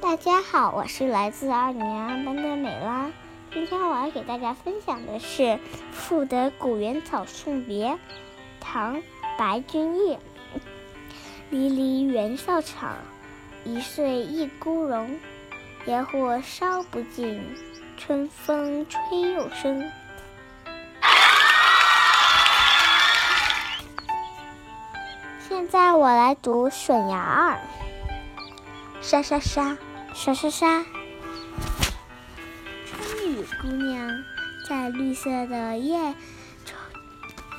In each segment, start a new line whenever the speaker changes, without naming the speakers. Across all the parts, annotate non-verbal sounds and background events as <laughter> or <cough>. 大家好，我是来自二年二班的美拉。今天我要给大家分享的是《赋得古原草送别》，唐·白居易。 <laughs> 离离袁校场，一岁一孤荣。野火烧不尽，春风吹又生。现在我来读《笋芽二》。沙沙沙，沙沙沙。春雨姑娘在绿色的叶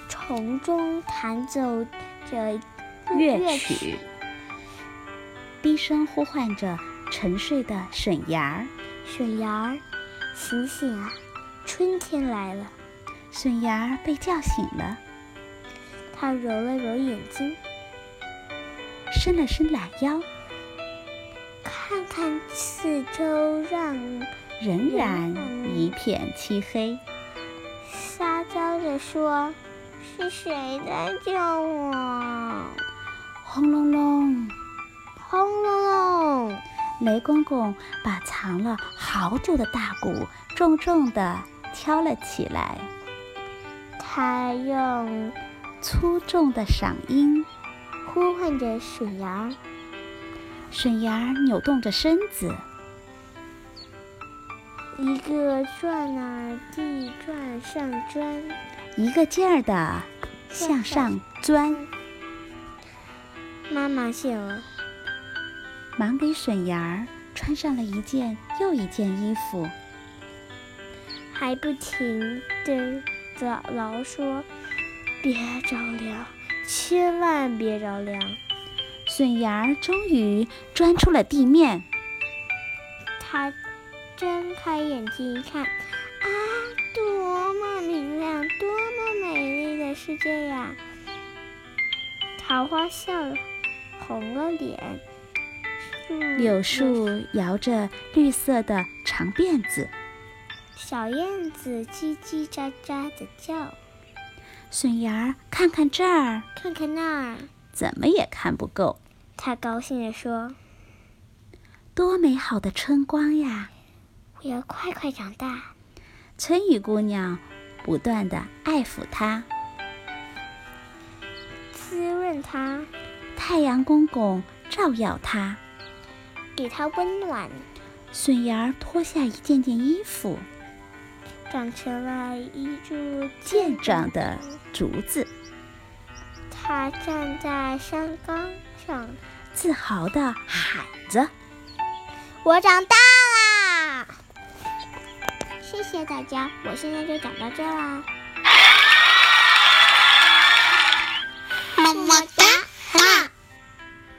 丛中弹奏着
乐曲，低声呼唤着沉睡的笋芽儿。
笋芽儿，醒醒啊，春天来了！
笋芽儿被叫醒了，
她揉了揉眼睛，
伸了伸懒腰，
看看四周，让
仍然一片漆黑。
撒娇地说：“是谁在叫我
轰隆隆，？”
轰隆隆，
雷公公把藏了好久的大鼓重重地敲了起来，
她用
粗重的嗓音。
呼唤着笋芽儿。
笋芽儿扭动着身子，
一个转啊，地转上砖，
一个劲儿地向上钻，
妈妈醒了，
忙给笋芽儿穿上了一件又一件衣服。
还不停地姥姥说：“别着凉，千万别着凉。
笋芽儿终于钻出了地面，”
她睁开眼睛一看，啊，多么明亮，多么美丽的世界呀！桃花笑红了脸，树
柳树摇着绿色的长辫子。
小燕子叽叽喳喳地叫，
笋芽儿看看这儿，
看看那儿。
怎么也看不够，
他高兴地说
多美好的春光呀！：“
我要快快长大。
春雨姑娘不断的爱抚它，”
滋润它，
太阳公公照耀它。
给它温暖，
笋芽儿脱下一件件衣服，
长成了一株
健长的竹子，
它站在山岗上，
自豪地喊着。
我长大啦！谢谢大家，我现在就讲到这啦。